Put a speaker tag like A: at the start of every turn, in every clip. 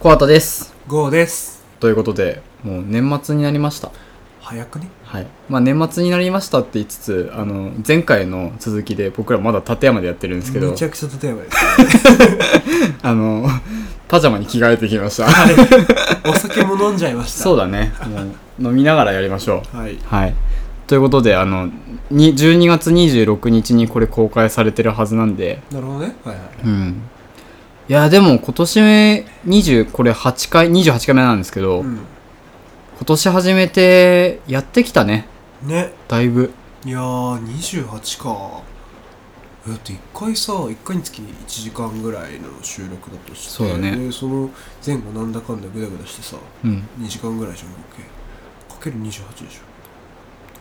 A: コアトです。
B: ゴーです
A: ということで、もう年末になりました。
B: 早くね
A: はい。まあ年末になりましたって言いつつ、あの、前回の続きで僕らまだ立山でやってるんですけど
B: めち、ゃくちゃ例え ばです
A: あの、パジャマに着替えてきま した。
B: あれお酒も飲んじゃいました
A: そうだね。もう飲みながらやりましょう。
B: はい
A: はい。ということで、あの、に12月26日にこれ公開されてるはずなんで、
B: なるほどねはいはい
A: うん。いや、でも今年20、これ8回、28回目なんですけど、
B: う
A: 今年始めてやってきたね、
B: んね
A: だいぶ。
B: いやー28かえだって1回さ1回につき1時間ぐらいの収録だとして
A: そうだね
B: でその前後なんだかんだグダグダしてさ
A: うん。
B: 2時間ぐらいじゃん合計かける28でし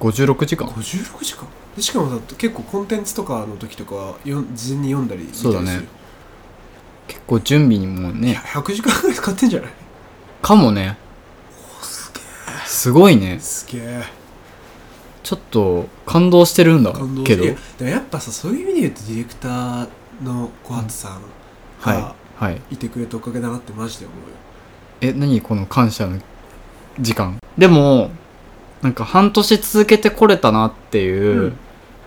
B: ょ
A: 56時間
B: 56時間でしかもだって結構コンテンツとかの時とかはよん事前に読んだり見たりす
A: そう
B: る
A: だね結構準備にも
B: いや
A: ね、
B: 100時間ぐらい使ってんじゃない
A: かもね、
B: すげ
A: すごいね
B: え。すげえ
A: ちょっと感動してるんだ
B: 感動
A: け
B: す
A: ど
B: るいや。でもやっぱさそういう意味で言うとディレクターの小畑さんが
A: はい。はい。
B: いてくれたおかげだなってマジで思うよ、
A: え、何この感謝の時間。でも、なんか半年続けてこれたなっていう、
B: うん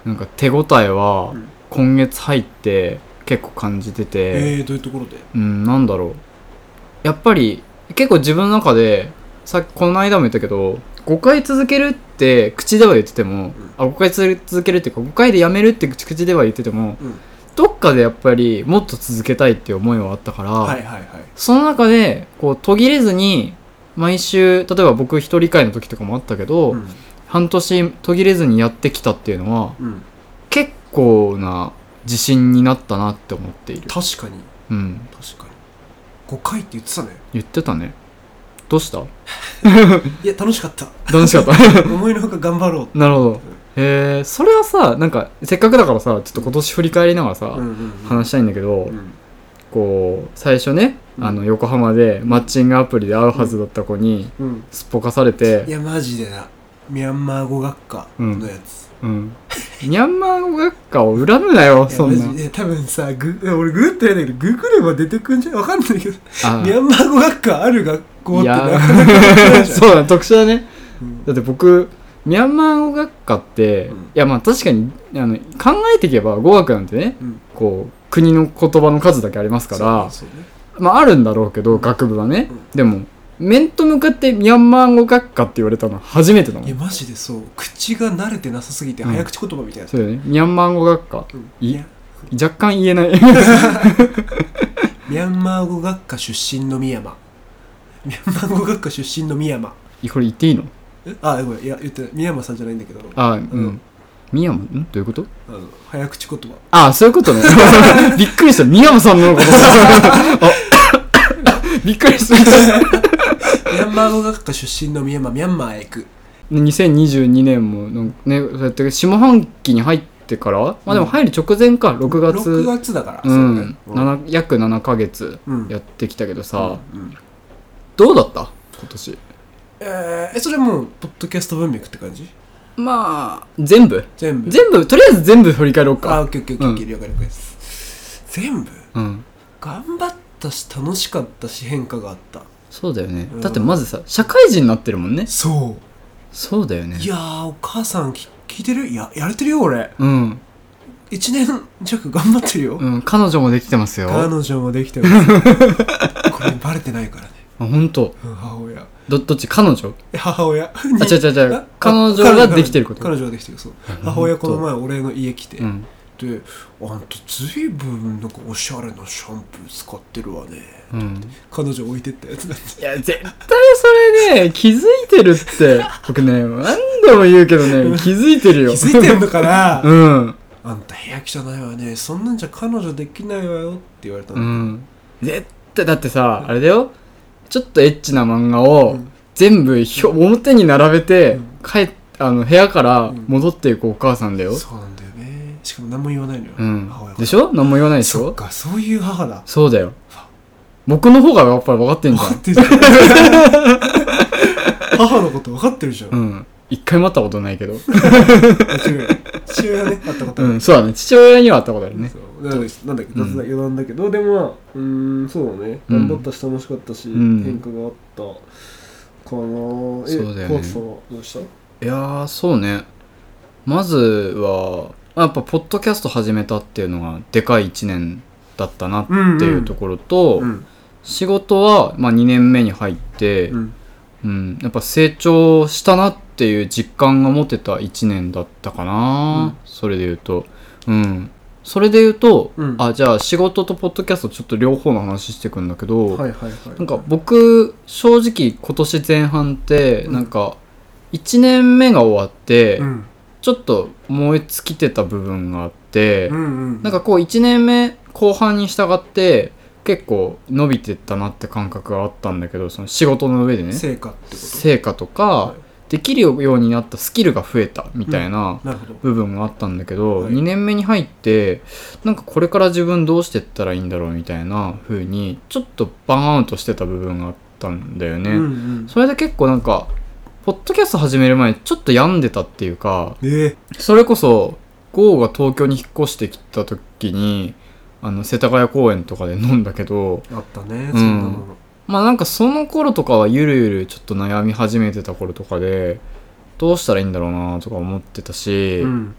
A: なんか手応えは
B: うん
A: 今月入って結構感じてて、
B: えー、どういうところで
A: うん、なんだろう。やっぱり結構自分の中で、さっきこの間も言ったけど、5回続けるって口では言ってても、あ、5回続けるっていうか、5回でやめるって口では言ってても、
B: うん
A: どっかでやっぱりもっと続けたいっていう思いはあったから、
B: はいはいはい
A: その中で、こう途切れずに、毎週、例えば僕一人会の時とかもあったけど、
B: うん
A: 半年途切れずにやってきたっていうのは、
B: うん、
A: 結構な自信になったなって思っている。
B: 確かに
A: うん。
B: 確かに5回って言って たね
A: 言ってたねどうした
B: いや楽しかった
A: 楽しかった
B: 思いのほか頑張ろう
A: なるほどへえそれはさなんかせっかくだからさちょっと今年振り返りながらさ、
B: うんうんうん
A: 話したいんだけど、
B: うん
A: こう最初ね、
B: うん
A: あの横浜でマッチングアプリで会うはずだった子に
B: うん
A: すっぽかされて
B: い、やマジでなミャンマー語学科のやつ、
A: うん、ミャンマー語学科を恨むなよ
B: いや
A: そんな
B: マジで多分さグ俺ググってやるんだけどググれば出てくんじゃわかんないけど
A: あ
B: ミャンマー語学科ある学校っ
A: い
B: てな
A: や
B: かなかないじゃ ん
A: そうだ特殊だね
B: うん
A: だって僕ミャンマー語学科って、
B: うん
A: いやまあ確かにあの考えていけば語学なんてね
B: うん
A: こう国の言葉の数だけありますから
B: そうそうね
A: まああるんだろうけど学部はね、
B: うん
A: でも面と向かってミャンマー語学科って言われたの初めてだも
B: いや
A: ん
B: マジでそう口が慣れてなさすぎて
A: うん
B: 早口言葉みたいな、
A: そうだよねミャンマー語学科
B: うん
A: い
B: いや
A: 若干言えない
B: ミャンマー語学科出身の深山ミャンマー語学科出身の深山
A: これ言っていいの
B: えあごめんいや言ってない深山さんじゃないんだけど
A: あうん、
B: うん
A: ミヤマんどういうこと
B: あの早口言葉
A: あそういうことね びっくりしたミヤマさんのこと あびっくりした
B: ミャンマー語学科出身の深山ミャンマーへ行く
A: 2022年ものねそうやって下半期に入ってからまあでも入る直前か6月
B: 6月だから
A: うん、
B: そうね
A: 七約7ヶ月
B: うん
A: やってきたけどさ、
B: うんうん
A: どうだった今年
B: えー、えそれもうポッドキャスト文脈って感じ
A: まあ全部
B: 全部
A: 全部とりあえず全部振り返ろう
B: あ
A: か
B: オッケーオッケーオッケーオッケー了解了解です全部
A: うん
B: 頑張ったし楽しかったし変化があった
A: そうだよね、
B: うん
A: だってまずさ社会人になってるもんね
B: そ
A: そうだよね
B: いやーお母さんき聞いてるいややれてるよ俺
A: うん、
B: 1年弱頑張ってるよ、
A: うん、彼女もできてますよあ
B: 彼女もできてますよ これバレてないからね、
A: 本当
B: うん母親
A: どどっち彼女
B: え母親あ
A: あ違う違う違う彼女ができてること
B: 彼女ができてるそう
A: 本当
B: 母親この前俺の家来て、
A: うん
B: で「あんたずいぶんなんかおしゃれなシャンプー使ってるわね
A: うん」
B: 彼女置いてったやつなんて
A: いや絶対それね気づいてるって僕ね何度も言うけどね気づいてる
B: 気
A: よ
B: づいてんのかな
A: うん
B: あんた部屋着じゃないわねそんなんじゃ彼女できないわよって言われた
A: う
B: の、
A: ん絶対だってさあれだよちょっとエッチな漫画を
B: うん
A: 全部ひょ表に並べて
B: うん
A: 帰っあの部屋から戻っていくお母さんだよ、
B: そうなんだよねしかも何も言わないのよ、
A: うん
B: 母親が
A: でしょ何も言わないでし
B: そっ
A: ょ
B: かそういう母だ
A: そうだよ僕の方がやっぱり分かってん
B: 分
A: じゃ
B: か
A: ん
B: って るじゃん母のこと分かってるじゃん、
A: うん一回も会ったことないけど
B: 間違いない父親はねあったことあ
A: う
B: る、
A: んそうだね父親には会ったことあるね
B: そうなんだっけなんだっけ
A: うん
B: 雑談余談だけど、でもまあうーんそうだね
A: うん
B: 頑張ったし楽しかったし、
A: うん
B: 変化があったかなえ
A: そうだよね
B: コーチさんはどうした
A: いやーそうねまずはまあやっぱポッドキャスト始めたっていうのがでかい1年だったなっていうところと、
B: うん
A: 仕事は、まあ、2年目に入って、
B: うん
A: うん、やっぱ成長したなっていう実感が持てた1年だったかな、
B: うん
A: それで言うとうんそれで言うと、
B: うん
A: あじゃあ仕事とポッドキャストちょっと両方の話していくんだけど、
B: はいはいはい
A: なんか僕正直今年前半って
B: うん
A: なんか1年目が終わって
B: うん
A: ちょっと燃え尽きてた部分があって、
B: うんうん
A: なんかこう1年目後半に従って結構伸びてったなって感覚があったんだけどその仕事の上でね
B: 成果ってこと
A: 成果とか
B: はい
A: できるようになったスキルが増えたみたいな
B: なるほど
A: 部分があったんだけど、
B: はい
A: 2年目に入ってなんかこれから自分どうしてったらいいんだろうみたいな風にちょっとバーンアウトしてた部分があったんだよね、
B: うんうん
A: それで結構なんかポッドキャスト始める前にちょっと病んでたっていうか
B: えー
A: それこそゴーが東京に引っ越してきた時にあの世田谷公園とかで飲んだけど
B: あったね、
A: うん
B: そんなの
A: まあなんかその頃とかはゆるゆるちょっと悩み始めてた頃とかでどうしたらいいんだろうなとか思ってたし、
B: うん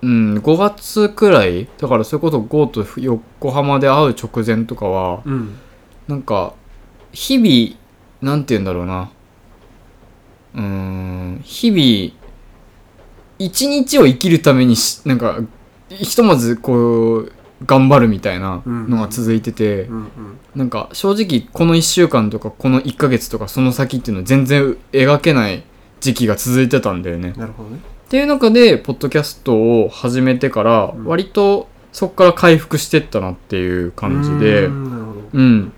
A: うん、5月くらいだからそれこそ GO と横浜で会う直前とかは
B: うん
A: なんか日々なんて言うんだろうなうーん日々一日を生きるためにしなんかひとまずこう頑張るみたいなのが続いてて、
B: うんうん
A: なんか正直この1週間とかこの1ヶ月とかその先っていうのは全然描けない時期が続いてたんだよね。
B: なるほどね
A: っていう中でポッドキャストを始めてから
B: うん
A: 割とそこから回復してったなっていう感じで、
B: う
A: うん
B: んなるほど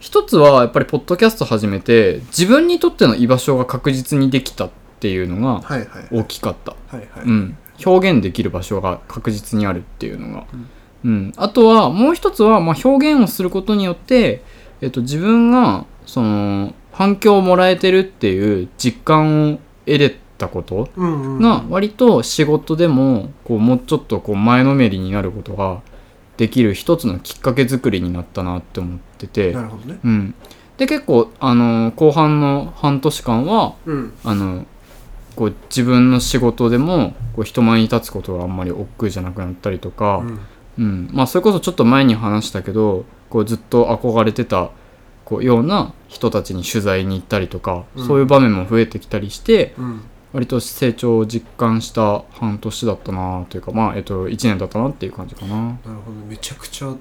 A: 一つはやっぱりポッドキャスト始めて自分にとっての居場所が確実にできたっていうのが
B: はいはいはい
A: 大きかった、
B: はいはい
A: うん、表現できる場所が確実にあるっていうのが
B: うん、
A: うん、あとはもう一つは、まあ、表現をすることによって、えっと、自分がその反響をもらえてるっていう実感を得れたこと
B: うんうんうん
A: が割と仕事でもこうもうちょっとこう前のめりになることができる一つのきっかけ作りになったなって思ってて
B: な、るほどね
A: うん、で結構あの後半の半年間は
B: うん
A: あのこう自分の仕事でもこう人前に立つことがあんまり億劫じゃなくなったりとか、
B: うん
A: うんまあ、それこそちょっと前に話したけどこうずっと憧れてたこうような人たちに取材に行ったりとか、
B: うん
A: そういう場面も増えてきたりして、
B: うん
A: 割と成長を実感した半年だったなというかまあえっと1年だったなっていう感じかな
B: なるほどめちゃくちゃ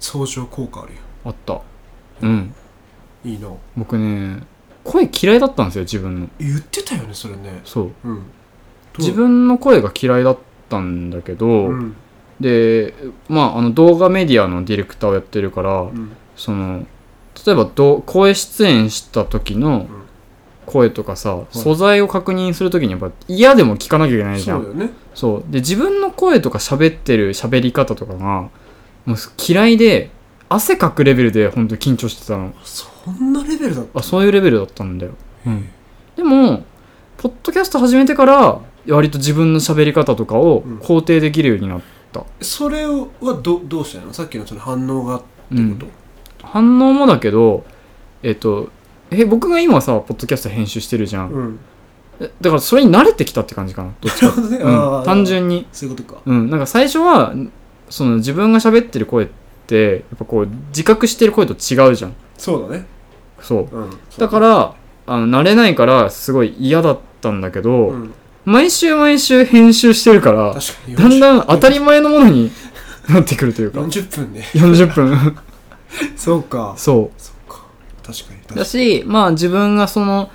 B: 相乗効果あるよ
A: あったうん
B: いいな
A: 僕ね声嫌いだったんですよ自分の
B: 言ってたよねそれね
A: そう
B: うん
A: 自分の声が嫌いだったんだけど、
B: うん
A: でまああの動画メディアのディレクターをやってるから、
B: うん
A: その例えばどう声出演した時の声とかさ、
B: い
A: 素材を確認する時にやっぱ嫌でも聞かなきゃいけないじ
B: そ
A: ゃん
B: うだよね
A: そうで自分の声とか喋ってる喋り方とかがもう嫌いで汗かくレベルで本当に緊張してたの
B: そんなレベルだった
A: あそういうレベルだったんだよ、うん、でもポッドキャスト始めてから割と自分の喋り方とかを
B: うん
A: 肯定できるようになっ
B: それはどどうしたのさっきのその反応がって
A: た、うん
B: こと
A: 反応もだけどえっとえ僕が今さポッドキャスト編集してるじゃん、
B: うん
A: えだからそれに慣れてきたって感じかなどっち
B: な
A: か、
B: るほどね
A: う
B: あ
A: ん、
B: ー
A: 単純に
B: そういうことか
A: うん、なんか最初はその自分が喋ってる声ってやっぱこう自覚してる声と違うじゃん
B: そうだね
A: そう
B: うん
A: だかららあの慣れないからすごい嫌だったんだけど、
B: うん
A: 毎週毎週編集してるから
B: 確かに
A: だんだん
B: 40
A: 当たり前のものに なってくるというか
B: 40分ね
A: 40分
B: そうか
A: そ
B: そうか確かに
A: う
B: 確か
A: だ
B: に
A: しまあ自分がその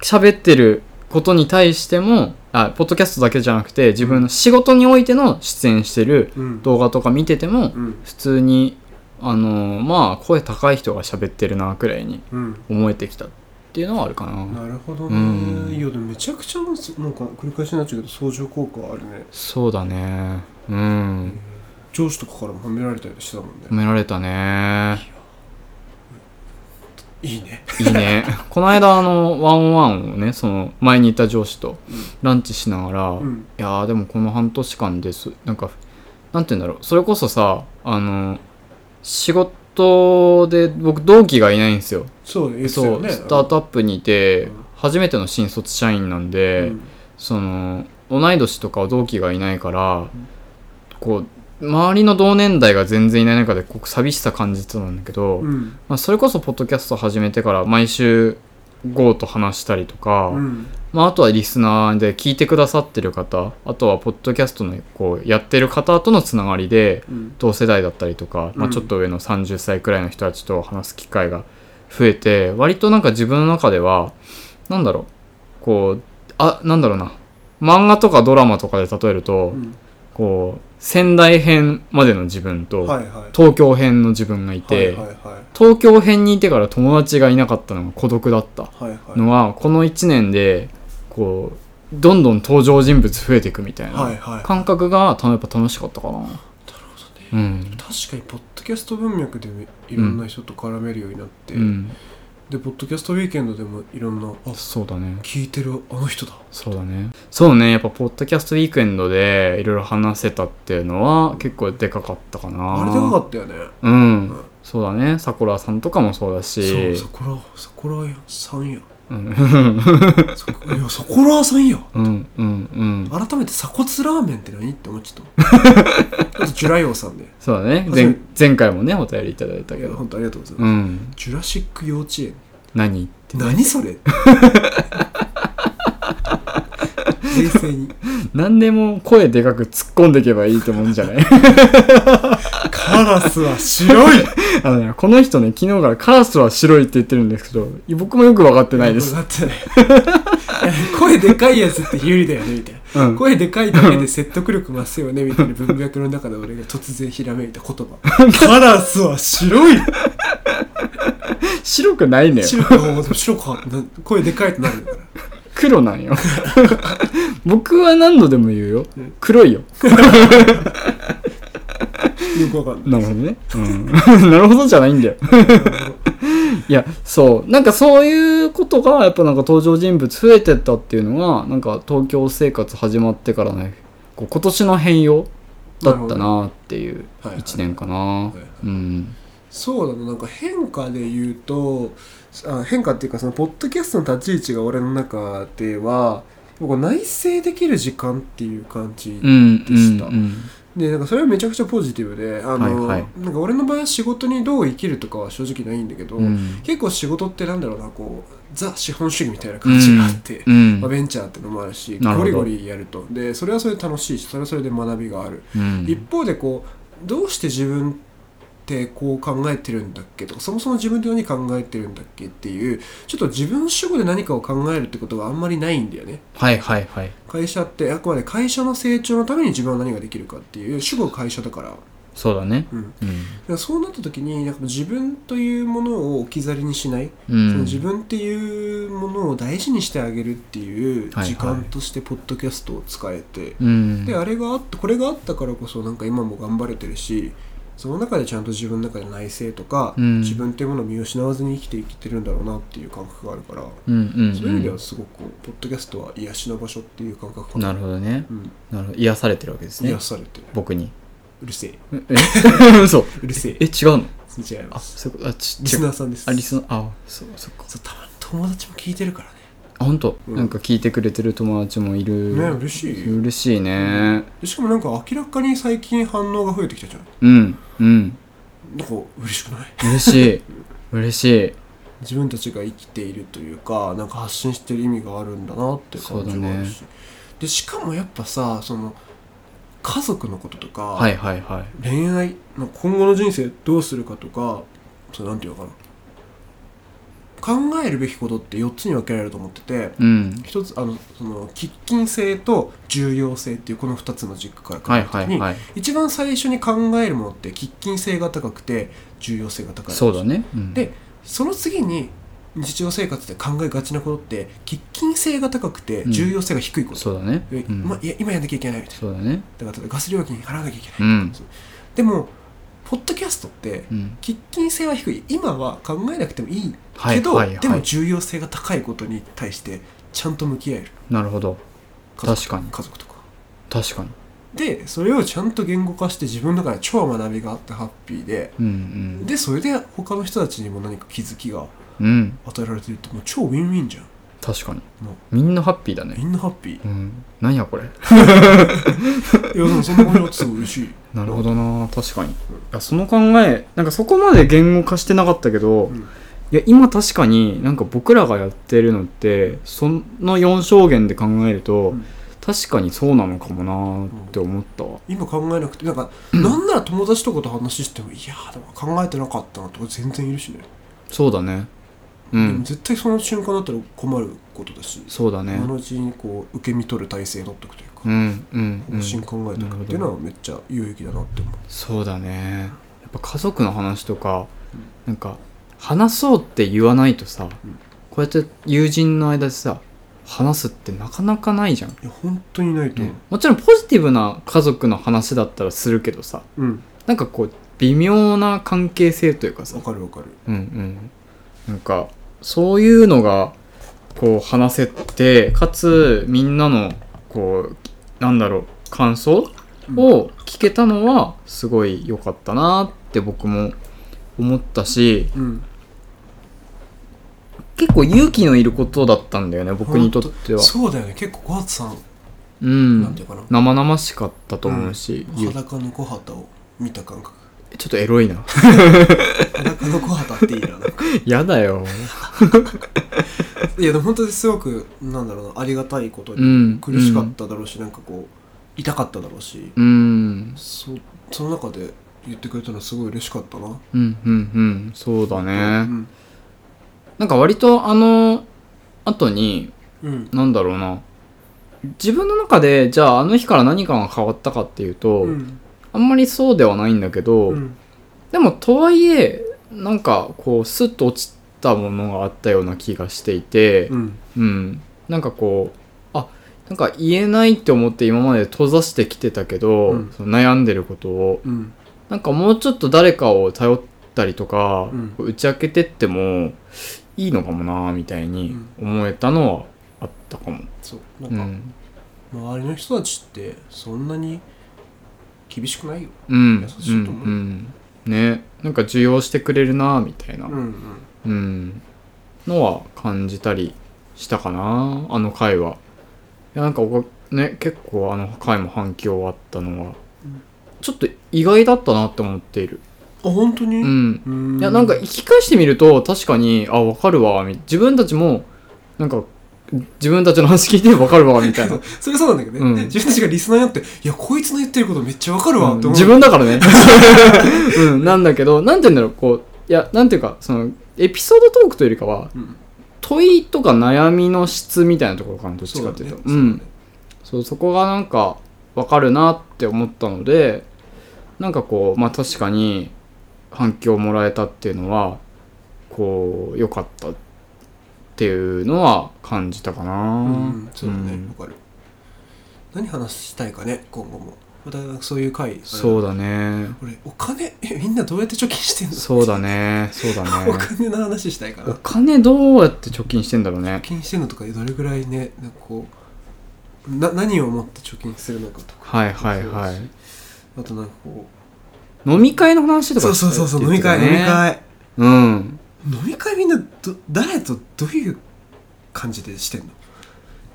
A: 喋ってることに対してもあポッドキャストだけじゃなくて自分の仕事においての出演してる
B: うん
A: 動画とか見てても
B: うん
A: 普通にあのまあ声高い人が喋ってるなくらいに
B: うん
A: 思えてきたっていうのはあるかな、
B: なるほど
A: うん
B: ねいやでもめちゃくちゃなんか繰り返しになっちゃうけど相乗効果あるね
A: そうだねうん
B: 上司とかからも褒められたりしてたもんね
A: 褒められたね
B: いいね
A: いいねこの間あのワンオンワンをねその前にいた上司と
B: うん
A: ランチしながら、
B: う
A: い
B: ん
A: やーでもこの半年間ですなんかなんて言うんだろうそれこそさあの仕事で僕同期がいないんですよ
B: そう言ってた
A: そ
B: よ
A: う、
B: ね
A: スタートアップにいて、
B: うん
A: 初めての新卒社員なんで、
B: うん
A: その同い年とか同期がいないから、こう周りの同年代が全然いない中でこう寂しさ感じてたんだけど、
B: うん
A: まあ、それこそポッドキャスト始めてから毎週 GO と話したりとか、
B: うん
A: まあ、あとはリスナーで聞いてくださってる方あとはポッドキャストのこうやってる方とのつながりで
B: うん
A: 同世代だったりとか、まあ、
B: うん
A: ちょっと上の30歳くらいの人たちと話す機会が増えて割となんか自分の中ではなんだろうこうあなんだろうな漫画とかドラマとかで例えると、
B: うん
A: こう仙台編までの自分と、
B: はいはい
A: 東京編の自分がいて、
B: はいはいはい
A: 東京編にいてから友達がいなかったのが孤独だった
B: はいはい
A: のはこの1年でこうどんどん登場人物増えていくみたいな、
B: はいはい
A: 感覚がたやっぱ楽しかったかな。なるほどね。
B: 確かにポッドキャスト文脈でいろんな人と絡めるようになって、
A: うん。うん、
B: でポッドキャストウィーケンドでもいろんなあ
A: そうだね。
B: 聞いてるあの人だ
A: そうだね。そうね。やっぱ、ポッドキャストウィークエンドでいろいろ話せたっていうのは結構でかかったかな。
B: あれでかか
A: っ
B: ったよね
A: た。うん。そうだね。さくらさんとかもそうだ
B: そう
A: し。
B: そこらそこらさんや
A: うん。
B: そこいやそこらさんや
A: うん。うん。うん。
B: 改めて鎖骨ラーメンって何って思っちゃった あとジュラヨウさんで
A: そうだね。
B: あそ
A: 前
B: う
A: 前回もね、お便りいただいた
B: い
A: け
B: や
A: ど。
B: 本当ありがとうございます、
A: うん。
B: ジュラシック幼稚園
A: 何
B: 何 それ冷静に
A: 何でも声でかく突っ込んでいけばいいと思うんじゃない
B: カラスは白い
A: あのね、この人ね、昨日からカラスは白いって言ってるんですけど、僕もよく分かってないです。
B: だってね声でかいやつって有利だよねみたいな
A: うん。
B: 声でかいだけで説得力増すよねみたいな文脈の中で俺が突然ひらめいた言葉カラスは白い
A: 白くないんだよ。
B: 白くあでも白くはな声でかいってなるんだから
A: 黒なんよ。僕は何度でも言うよ
B: うん。
A: 黒いよ。
B: よくわかんない
A: なるほどね。うん。 なるほどじゃないんだよ。 いや、そう。なんかそういうことが、やっぱなんか登場人物増えてったっていうのが、なんか東京生活始まってからね、こう今年の変容だったなっていう
B: はいはい
A: 一年かな
B: はいはい。
A: うん。
B: そうだななんか変化で言うとあ変化っていうかそのポッドキャストの立ち位置が俺の中ではこう内省できる時間っていう感じ、
A: うん。
B: でした
A: うん。
B: でなんかそれはめちゃくちゃポジティブであの、
A: はいは
B: なんか俺の場合は仕事にどう生きるとかは正直ないんだけど、
A: うんうん。
B: 結構仕事ってなんだろうなこうザ資本主義みたいな感じがあって、
A: うん
B: まあ、ベンチャーってのもあるし
A: なる
B: ゴ
A: ほ
B: リ
A: ど
B: ゴリやるとでそれはそれで楽しいしそれはそれで学びがある、
A: うん
B: 一方でこうどうして自分ってこう考えてるんだっけとかそもそも自分って何考えてるんだっけっていうちょっと自分主語で何かを考えるってことがあんまりないんだよね
A: はいはいはい。
B: 会社ってあくまで会社の成長のために自分は何ができるかっていう主語が会社だから
A: そうだね。
B: うん
A: うん。
B: だからそうなった時になんか自分というものを置き去りにしない、
A: うん
B: その自分っていうものを大事にしてあげるっていう
A: はいはい
B: 時間としてポッドキャストを使えて、
A: うん。
B: であれがあってこれがあったからこそなんか今も頑張れてるしその中でちゃんと自分の中で内省とか、
A: うん
B: 自分っていうものを見失わずに生きていけてるんだろうなっていう感覚があるから、
A: うんうんうん、
B: そういう意味ではすごくこうポッドキャストは癒しの場所っていう感覚か
A: なるほどね。
B: うん、
A: なるほど。癒されてるわけですね
B: 癒。されてる
A: 僕に。
B: うるせえ
A: え 嘘。
B: うるせ え
A: え、違うの
B: 違いま
A: あ、
B: す
A: そういうこと。あ、ち、
B: リス
A: 違
B: ナ
A: う
B: ーさんです
A: あ、リスナー、あ、そう、そっか。
B: そうたまに友達も聞いてるからね
A: あ、ほんと。
B: うん
A: なんか聞いてくれてる友達もいる。
B: ね嬉しいよ
A: 嬉しいね。
B: でしかもなんか明らかに最近反応が増えてきたじゃん
A: うん、うん。
B: なんか嬉しくない
A: 嬉しい。 嬉し
B: 自分たちが生きているというかなんか発信してる意味があるんだなって感じがあるし、でしかもやっぱさその家族のこととか、
A: い。はいはいはい。
B: 恋愛の今後の人生どうするかとかそうなんていうのかな考えるべきことって4つに分けられると思ってて
A: うん。
B: 一つあのその喫緊性と重要性っていうこの2つの軸から考
A: は
B: え
A: い
B: た時に、
A: はいはい。
B: 一番最初に考えるものって喫緊性が高くて重要性が高い
A: そうだね。うん
B: でその次に日常生活で考えがちなことって喫緊性が高くて
A: うん
B: 重要性が低いこと、
A: そうだね。
B: で
A: うん
B: ま、いや今やんなきゃいけないみたい
A: そうだね。
B: なだからガス料金払わなきゃいけない、
A: うん
B: そうでもポッドキャストって
A: うん。
B: 喫緊性は低い今は考えなくてもいい
A: はい
B: けど、
A: はいはい
B: でも重要性が高いことに対してちゃんと向き合える
A: なるほど。
B: 家族
A: 確かに
B: 家族とか
A: 確かに。
B: でそれをちゃんと言語化して自分の中で超学びがあってハッピーで
A: うん
B: でそれで他の人たちにも何か気づきが
A: うんうん
B: 与えられてるってもう超ウィンウィンじゃん
A: 確かに
B: の
A: みんなハッピーだね
B: みんなハッピー
A: うんなんやこれ
B: いやでもそんなことになってすごい嬉しい
A: なるほどな確かにいやその考えなんかそこまで言語化してなかったけど、
B: うん
A: いや今確かになんか僕らがやってるのってその4証言で考えると、
B: うん
A: 確かにそうなのかもなーって思ったわ、
B: 今考えなくてなんか、なんなら友達とかと話してもいやーでも考えてなかったなとか全然いるしね、
A: そうだねう
B: でも
A: ん
B: 絶対その瞬間だったら困ることだし、
A: そうだね
B: 今のうちにこう受け身取る体制を取っとくというか、
A: うんうん、うん
B: 方、針考えておくっていうのはめっちゃ有益だなって思う、
A: そうだねやっぱ家族の話とかなんか話そうって言わないとさ、
B: うん
A: こうやって友人の間でさ話すってなかなかないじゃん
B: いや本当にないと思う、
A: もちろんポジティブな家族の話だったらするけどさ
B: うん
A: なんかこう微妙な関係性というかさ
B: わかるわかる
A: うんうんなんかそういうのがこう話せてかつみんなのこうなんだろう感想を聞けたのはすごい良かったなって僕も思ったし
B: うん
A: 結構勇気のいることだったんだよね僕にとっては
B: そうだよね結構小畑さ
A: う
B: ん、なん
A: ん
B: ていうかな
A: 生々しかったと思うし、ゆ
B: 裸の小畑を見た感覚
A: ちょっとエロいな
B: 裸の小畑っていいななんか
A: やだよ
B: いやでも本当にすごくなんだろうなありがたいこと
A: う
B: に
A: ん
B: 苦しかっただろうし、なんかこう痛かっただろうし、
A: うん、うん
B: そその中で言ってくれたのはすごい嬉しかったな、
A: うんうんうんそうだ
B: う
A: ね
B: ん
A: なんか割とあの後に
B: うん
A: なんだろうな自分の中でじゃああの日から何かが変わったかっていうと、
B: うん
A: あんまりそうではないんだけど、
B: うん
A: でもとはいえなんかこうスッと落ちたものがあったような気がしていて
B: う、ん
A: うんなんかこうあなんか言えないって思って今まで閉ざしてきてたけど、
B: うん
A: その悩んでることを
B: うん
A: なんかもうちょっと誰かを頼ったりとか、
B: うん
A: 打ち明けてってもいいのかもなみたいに思えたのはあったかも。
B: そうな
A: うん
B: か、
A: ん
B: 周りの人たちってそんなに厳しくないよ
A: うん
B: 優しいと思う
A: うんうんねなんか受容してくれるなみたいな、
B: うんうん
A: うんのは感じたりしたかなあの回はいやなんか僕ね結構あの回も反響あったのは、
B: うん
A: ちょっと意外だったなって思っている
B: あ本当に、
A: うん
B: うん
A: いやなんか引き返してみると確かにあ分かるわみ自分たちもなんか自分たちの話聞いて分かるわみたいな、
B: それそうなんだけどね、
A: うん
B: 自分たちがリスナーになっていやこいつの言ってることめっちゃわかるわ
A: うん
B: って思う、
A: 自分だ からね、うん、なんだけどなんて言うんだろうこういやなんていうかそのエピソードトークというよりかは
B: うん
A: 問いとか悩みの質みたいなところかなどっち
B: そう
A: か
B: だ
A: っていう
B: ねそ
A: と
B: う
A: う
B: だね
A: んそうそこがなんか分かるなって思ったのでなんかこうまあ確かに反響もらえたっていうのはこう良かったっていうのは感じたかな
B: うんそうだねわ、
A: ん
B: かる何話したいかね今後もまたそういう回
A: そう
B: だ
A: だね
B: 俺お金 えみんなどうやって貯金してんの
A: そうだねそうだ
B: お
A: ね
B: 金の話したいか
A: お
B: な
A: 金どうやって貯金してんだろうね
B: 貯金してんのとかどれぐらいねなんかこうな何をもって貯金するのかとか
A: はいはいはい
B: あとなんかこ
A: 飲み会の話
B: う
A: とか
B: そうそうそうそう飲み会飲み会
A: うん
B: 飲み会みんなど誰とどういう感じでしてんの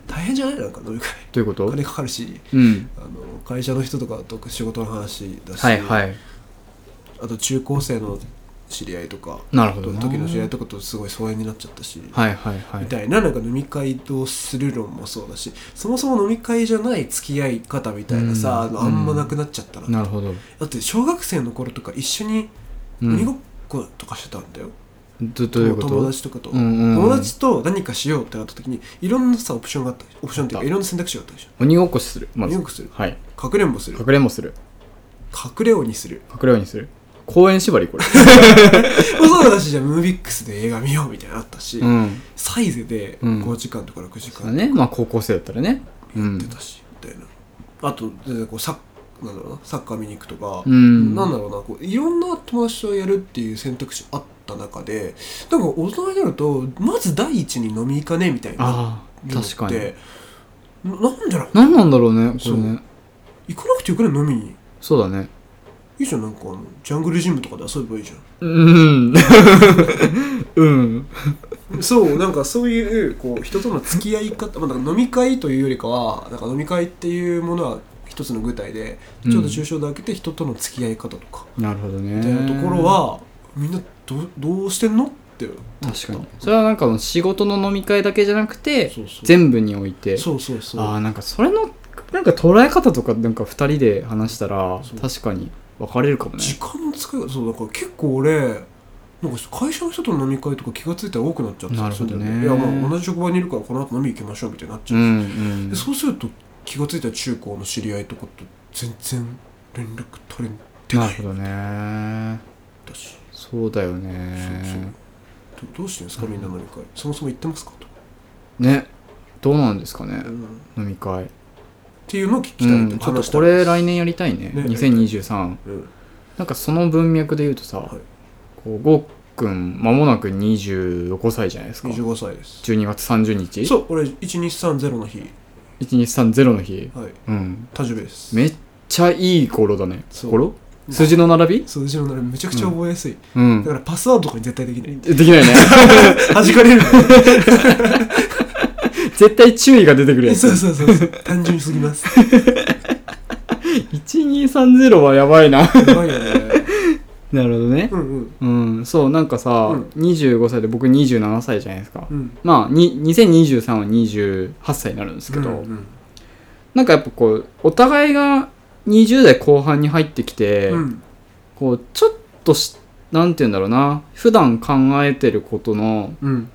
B: 大変じゃないなんか飲み会
A: どういうこ
B: お
A: と
B: 金かかるし
A: うん
B: あの会社の人とかと仕事の話だし、
A: はいはい
B: あと中高生の知り合いとか
A: なるほどな
B: 時の知り合いとかとすごい疎遠になっちゃったし、
A: はいはいは
B: み
A: い
B: たいななんか飲み会をする論もそうだしそもそも飲み会じゃない付き合い方みたいなさ、
A: うん
B: あのあんまなくなっちゃったな、
A: なるほど
B: だって小学生の頃とか一緒に
A: う
B: 鬼ご
A: ん
B: っことかしてたんだよ、
A: どどういうこと
B: 友達とかと、
A: うんうんうん
B: 友達と何かしようってなった時にいろんなさオプションがあったオプションっていう
A: あった
B: かいろんな選択肢があったでしょ
A: 鬼ごっこするま
B: 鬼
A: ず
B: ごっこする
A: はい
B: かくれんぼする
A: 隠れんぼする
B: 隠れ鬼する
A: 隠れようにする公園縛りこれ
B: もうそうだしじゃあムービックスで映画見ようみたいなのあったし、
A: うん
B: サイズで
A: うん
B: 5時間とか6時
A: そうだ
B: 間や
A: ねまあ高校生だったらねう
B: っ
A: ん
B: てたし、みたいなあと全然こうサッなんだろうなサッカー見に行くとか、
A: うん
B: なんだろうなこういろんな友達とやるっていう選択肢あった中でなんか大人になるとまず第一に飲み行かねみたいな
A: ああ確かに
B: ななんでだろう
A: 何なんだろうねこれね
B: 行かなくてよくない飲みに
A: そうだね
B: いいじゃんなんかあのジャングルジムとかで遊べばいいじゃ
A: うん。うん。
B: んそうなんかそういうこう人との付き合い方、まあ、なんか飲み会というよりかはなんか飲み会っていうものは一つの具体で
A: うん
B: ちょっと抽象度を開けて人との付き合い方とか、
A: なるほどね。
B: みたいなところ。はみんなどどうしてんのって
A: 確かに。それはなんかもう仕事の飲み会だけじゃなくて、
B: そうそう
A: 全部において。
B: そうそうそう
A: ああ、なんかそれの、なんか捉え方とか、なんか二人で話したら
B: そう、
A: 確かに分かれるかもね。
B: 時間の使い方そうだから結構俺なんか会社の人との飲み会とか気が付いたら多くなっちゃって
A: なるほどね
B: そうだよいやまあ同じ職場にいるからこの後飲み行きましょうみたいになっち
A: う
B: ゃう、
A: ん、う
B: で
A: ん。
B: そうすると気が付いたら中高の知り合いとかと全然連絡取れてな
A: ないるほどね。
B: だし、
A: そうだよ
B: そうそう
A: ね。
B: どどうしてんですかみんな飲み会そもそも行ってますかと、
A: ね。どうなんですかね
B: う、んっ
A: 飲み会。
B: ていうのを聞きた
A: う
B: い、
A: ん、ちょっとこれ来年やりたいね。
B: ね
A: 2023。
B: うん
A: なんかその文脈で言うとさ、
B: はい
A: こうゴーくん間もなく25歳じゃないですか12
B: 25歳です
A: 月30日
B: そう俺1230の日
A: 1230の日
B: はい
A: うん
B: 誕生日です
A: めっちゃいい頃だね
B: そう
A: 頃数字の並び
B: そう後ろならめちゃくちゃ覚えやすい、
A: うん
B: だからパスワードとかに絶対できない
A: できないね
B: 弾かれる
A: 絶対注意が出てくるやつ
B: そうそうそうそう単純すぎます
A: 1230はやばい な
B: やばいよね
A: なるほどね
B: うんうん
A: うんそうなんかさ、
B: うん
A: 25歳で僕27歳じゃないですか、
B: うん
A: まあに2023は28歳になるんですけど、
B: うんうん
A: なんかやっぱこうお互いが20代後半に入ってきて、
B: うん
A: こうちょっとしなんて言うんだろうな普段考えてることの
B: うん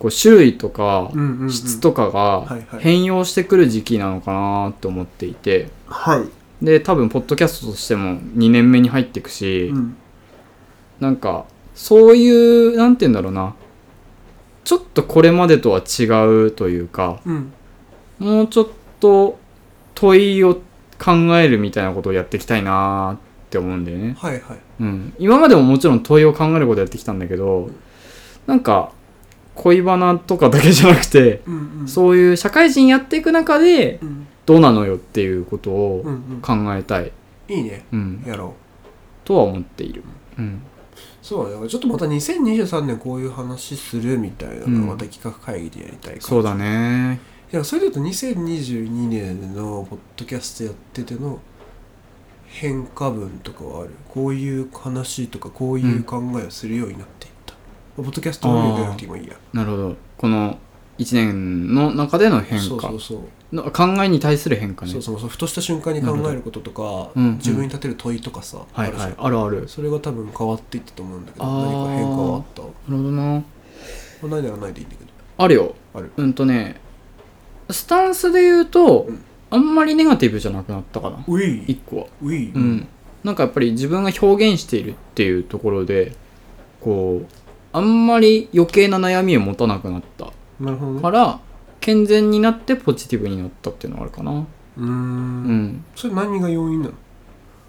A: こう種類とか
B: うんうん
A: 質とか
B: は
A: が
B: いはい
A: 変容してくる時期なのかなと思っていて
B: はい
A: で多分ポッドキャストとしても2年目に入っていくし、
B: うん
A: なんかそういうなんて言うんだろうなちょっとこれまでとは違うというか
B: うん
A: もうちょっと問いを考えるみたいなことをやっていきたいなーって思うんだよね。
B: はいはい
A: うん。今までももちろん問いを考えることやってきたんだけど、なんか恋バナとかだけじゃなくて、
B: うんうん
A: そういう社会人やっていく中で
B: うん
A: どうなのよっていうこと
B: う
A: を
B: んうん
A: 考えたい。
B: いいね
A: うん。
B: やろ
A: とは思っている。うん。
B: うそうだねちょっとまた2023年こういう話するみたいなの
A: うん
B: をまた企画会議でやりたいから
A: そうだね。
B: いやそれで言うと2022年のポッドキャストやってての変化分とかはあるこういう話とかこういう考えをするようになっていった、ポッドキャストのみでなくてもいいや
A: なるほど。この1年の中での変化。
B: そうそうそう、
A: の考えに対する変化ね。
B: そうそうそうふとした瞬間に考えることとか、
A: うんうん
B: 自分に立てる問いとかさ、
A: はい
B: あるじ
A: は
B: ゃん
A: い。あるある。
B: それが多分変わっていったと思うんだけど
A: あー
B: 何か変化はあったま
A: なるほどな。
B: あないならないでいいんだけど
A: あるよ。
B: ある
A: うんとね、スタンスで言うと、
B: うん
A: あんまりネガティブじゃなくなったかな。
B: うい
A: 一個は。。
B: ういううん
A: なんかやっぱり自分が表現しているっていうところで、こう、あんまり余計な悩みを持たなくなった
B: なるほどね
A: から、健全になってポジティブになったっていうのがあるかな。
B: うーん
A: うん。
B: それ何が要因なの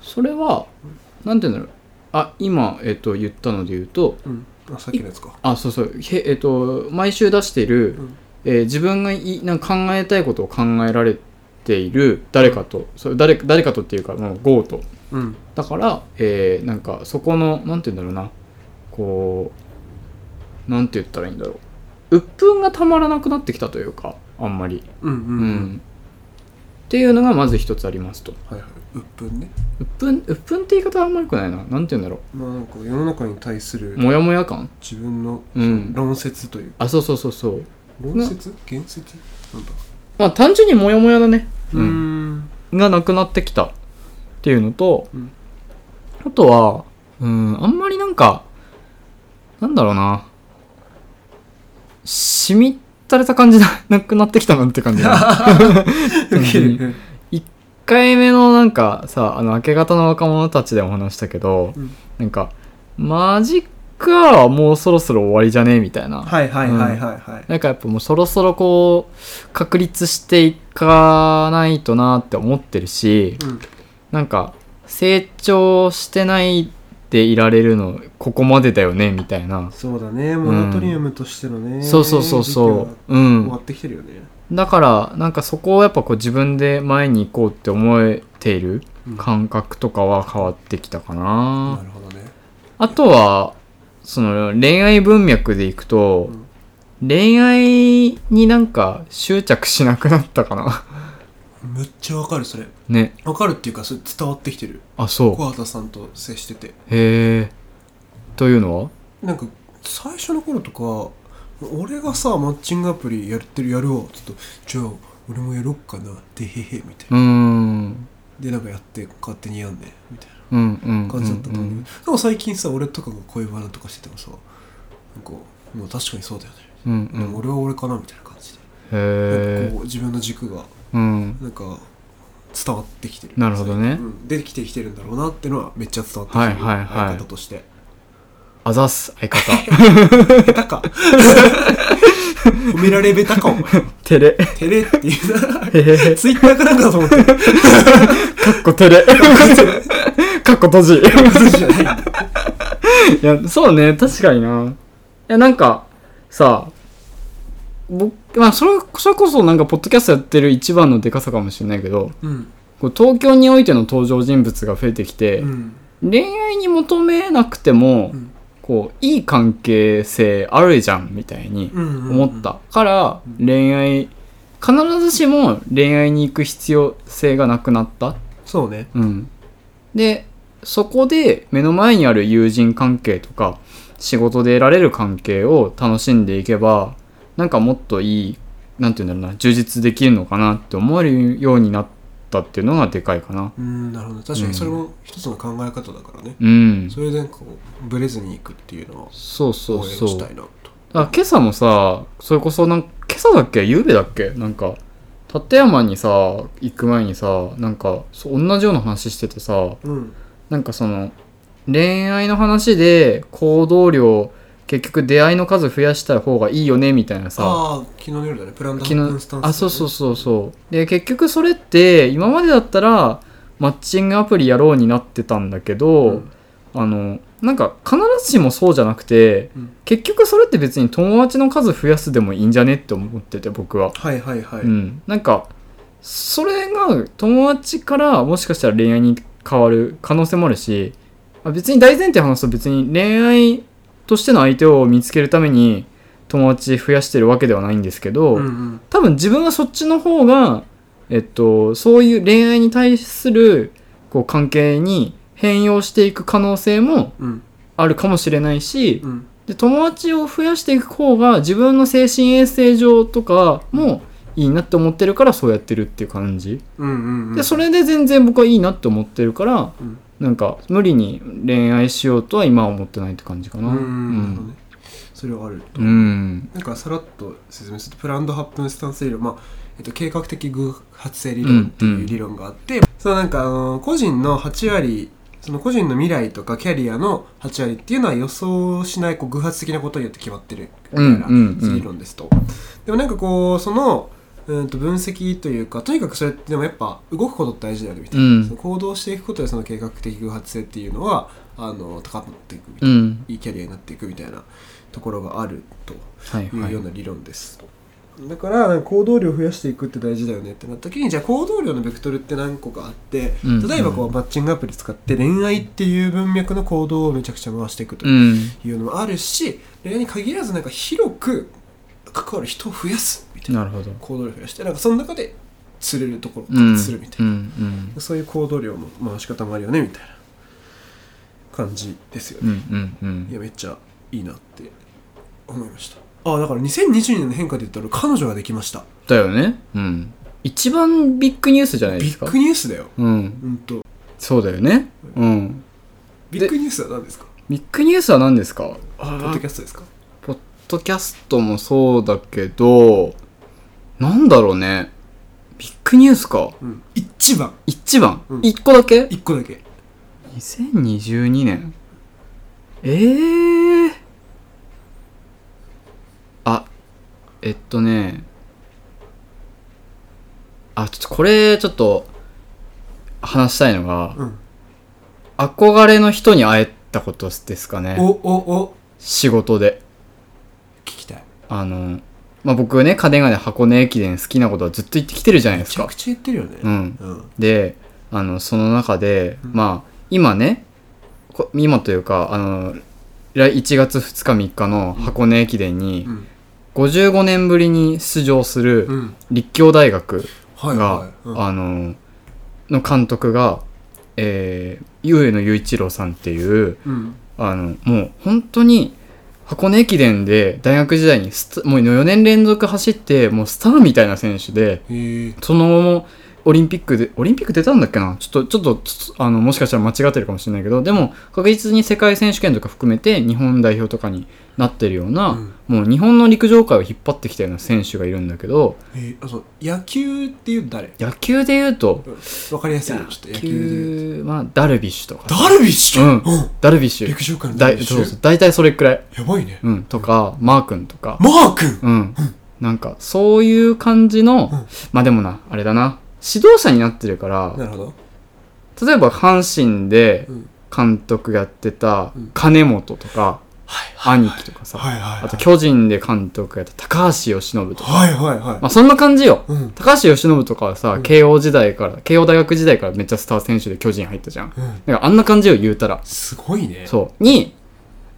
A: それは、なんて言うんだろう。あ、今、えっと、言ったので言うと、
B: うんあさっきのやつか
A: あ、そうそう。へえっと、毎週出している、
B: うん
A: えー自分がいなんか考えたいことを考えられている誰かと、それ誰誰かとっていうかもう GO と
B: うん
A: だから、えーなんかそこのなんて言うんだろうなこうなんて言ったらいいんだろう鬱憤がたまらなくなってきたというかあんまり、
B: うんう
A: うん
B: んうん
A: っていうのがまず一つありますと
B: はいはい鬱憤ね
A: 鬱憤鬱憤って言い方はあんまり良くないななんて言うんだろ
B: まあなんか世の中に対する
A: うモヤモヤ感
B: 自分の
A: うん
B: 論説という
A: あそうそうそうそう
B: 論説言説なんだ
A: まあ単純にモヤモヤだね
B: うーん
A: がなくなってきたっていうのと、
B: うん
A: あとはうんあんまりなんかなんだろうなしみったれた感じな なくなってきたなって感じ だ
B: ウケる
A: 1回目のなんかさあの明け方の若者たちでも話したけど、
B: うん
A: なんかマジックアワーもうそろそろ終わりじゃねみたいな、
B: はいはいはいはいはい
A: なんかやっぱもうそろそろこう確立していかないとなって思ってるし、
B: うん
A: なんか成長してないっていられるのここまでだよねみたいな、
B: そうだねモラトリウムとしてのね、
A: そうそうそう
B: 時期は
A: そうう
B: 終
A: ん
B: わってきてるよね、
A: だからなんかそこをやっぱこう自分で前に行こうって思えている
B: うん
A: 感覚とかは変わってきたかな
B: な、るほどね
A: あとはその恋愛文脈でいくと、恋愛になんか執着しなくなったかな
B: むっちゃわかるそれ
A: ね
B: わかるっていうかそれ伝わってきてる
A: あそ
B: 小畑さんと接して
A: う
B: て
A: へえというのは
B: なんか最初の頃とか俺がさマッチングアプリやってるやるわちょっとじゃあ俺もやろっかなでへへみたいうな、
A: ーん
B: でなんかやって勝手にやんねみたい
A: うんうん
B: な
A: う
B: 感
A: ん
B: じだったと
A: う
B: 思う、
A: ん
B: でも最近さ俺とかが恋バナとかしててもさなんかもう確かにそうだよね、
A: うんう
B: でも
A: ん
B: 俺は俺かなみたいな感じで、
A: へえ
B: こう自分の軸が
A: うん
B: なんか伝わってきてる
A: なるほどね
B: うん、出てきてきてるんだろうなってのはめっちゃ伝わってきてる、
A: はいはいはい
B: 相方として
A: あざっす相方
B: 下手か褒められべたかお前
A: 照れ
B: 照れっていうな
A: へへへ
B: ツイッターかなんかだと思ってる
A: かっこ照れ かっこ閉じ
B: じゃないんだ
A: いや、そうね、確かにな。いや、なんか、さ、僕、まあ、それ、それこそなんか、ポッドキャストやってる一番のデカさかもしれないけど、
B: うん
A: こう東京においての登場人物が増えてきて、
B: うん
A: 恋愛に求めなくても、
B: うん
A: こう、いい関係性あるじゃん、みたいに
B: うんうん
A: 思ったから、恋愛、必ずしも恋愛に行く必要性がなくなった。
B: そうね
A: うん、でそこで目の前にある友人関係とか仕事で得られる関係を楽しんでいけばなんかもっといいなんて言うんだろうな充実できるのかなって思えるようになったっていうのがでかいかな
B: うんなるほど確かにそれも一つの考え方だからね、
A: うん
B: それでこうブレずにいくっていうのは
A: そうそう
B: 応援
A: そう
B: し
A: だ
B: た
A: か
B: いなと
A: ら今朝もさそれこそなんか今朝だっけ夕べだっけなんか立山にさ行く前にさなんかそう同じような話しててさ、
B: うん
A: なんかその恋愛の話で行動量結局出会いの数増やした方がいいよねみたいなさ
B: ああ昨日の夜だねプランダ
A: 昨
B: ー
A: 日
B: スタンス、ね、
A: あそうそうそうそうで結局それって今までだったらマッチングアプリやろうになってたんだけど、
B: うん
A: あのなんか必ずしもそうじゃなくて、
B: うん
A: 結局それって別に友達の数増やすでもいいんじゃねって思ってて僕は、
B: はいはいはい、
A: うん、なんかそれが友達からもしかしたら恋愛に変わる可能性もあるしまあ別に大前提話すと別に恋愛としての相手を見つけるために友達増やしてるわけではないんですけど、
B: うんうん
A: 多分自分はそっちの方が、えっと、そういう恋愛に対するこう関係に変容していく可能性も
B: うん
A: あるかもしれないし、
B: うん
A: で友達を増やしていく方が自分の精神衛生上とかもいいなって思ってるからそうやってるっていう感じ、
B: うんうんうん
A: でそれで全然僕はいいなって思ってるから
B: うん
A: なんか無理に恋愛しようとは今は思ってないって感じか
B: う
A: なうん
B: なるほど
A: ん
B: ねそれはある
A: うん
B: なんかさらっと説明するとプランドハップンスタンス理論、まあえっと、計画的偶発性理論っていう理論があって、そのなんかあの個人の8割その個人の未来とかキャリアの8割っていうのは予想しないこう偶発的なことによって決まってるみたいな
A: うんうんうん
B: 理論ですと。でもなんかこうそのうんと分析というかとにかくそれってでもやっぱ動くことって大事だよねみたいな、
A: うん
B: その行動していくことでその計画的偶発性っていうのはあの高まっていくみたいな、
A: うん
B: いいキャリアになっていくみたいなところがあると。
A: はい
B: い
A: は
B: うよう
A: い
B: な理論です、だからなんか行動量を増やしていくって大事だよねってなった時にじゃあ行動量のベクトルって何個かあって、
A: うん
B: 例えばこうマッチングアプリ使って恋愛っていう文脈の行動をめちゃくちゃ回していくと
A: うん
B: いうのもあるし、恋愛に限らずなんか広く関わる人を増やすみたいな
A: なるほど
B: 行動量を増やしてなんかその中で釣れるところ
A: う
B: を
A: ん
B: するみたいな
A: う、ん
B: そういう行動量の回し方もあるよねみたいな感じですよね
A: うんう。んうんうん
B: いやめっちゃいいなって思いましたあだから2022年の変化で言ったら彼女ができました
A: だよねうん一番ビッグニュースじゃないで
B: ビ
A: すか
B: ッグニュースだよ
A: うん
B: うんと
A: そうだよねうん
B: ビッグニュースは何ですか
A: ビッグニュースは何ですか
B: ポッドキャストですか
A: ポッドキャストもそうだけど、なんだろうね。ビッグニュースか。
B: うん一番
A: 一番
B: うん
A: 一、個だけ
B: 一個だけ
A: ?2022 年。えー。あ、えっとね。あ、ちょっとこれ、ちょっと、話したいのが、
B: うん
A: 憧れの人に会えったことですかね
B: おおお
A: 仕事で
B: 聞きたい
A: あの、まあ、僕ね嘉手がね箱根駅伝好きなことはずっと言ってきてるじゃない
B: め
A: です
B: ちゃ
A: か
B: くちゃ言ってるよね
A: うん
B: うん
A: であのその中で、
B: うん
A: まあ今ねこ今というかあの来1月2日3日の箱根駅伝に
B: うん
A: 55年ぶりに出場する
B: うん
A: 立教大学
B: はい
A: が
B: は、いうん
A: あのの監督が、えー、上野雄一郎さんっていう
B: うん
A: あのもう本当に箱根駅伝で大学時代にスタもう4年連続走ってもうスターみたいな選手で
B: へえ
A: その後もオリンピックでオリンピック出たんだっけなちょっとちょっとつあのもしかしたら間違ってるかもしれないけどでも確実に世界選手権とか含めて日本代表とかになってるような、
B: うん
A: もう日本の陸上界を引っ張ってきたような選手がいるんだけど
B: えあそう野球っていうと誰
A: 野球で言うと
B: うんわかりやすいのちょっと野球で言うと
A: まあダルビッシュとか
B: ダルビッシ
A: う
B: ュ
A: ん
B: うん
A: ダルビッシュ
B: 陸上界の
A: だ
B: ダル
A: い
B: ビッシ
A: そうそう
B: ュ
A: 大体それくらい、
B: やばいね
A: うん、とかマー君とか、
B: マー君
A: うん、なんかそういう感じの、
B: うん
A: まあでもなあれだな指導者になってるから
B: なるほど
A: 例えば阪神で
B: うん
A: 監督やってた
B: うん
A: 金本とか、
B: はい
A: 兄貴とかさ、
B: はいはいはい
A: あと巨人で監督やった高橋由伸とか、
B: はいはいは
A: ま
B: い
A: あ、そんな感じよ
B: うん
A: 高橋由伸とかはさ、慶応時代から慶応大学時代からめっちゃスター選手で巨人入ったじゃんだ
B: うん
A: からあんな感じよ言うたら
B: すごいね
A: そうに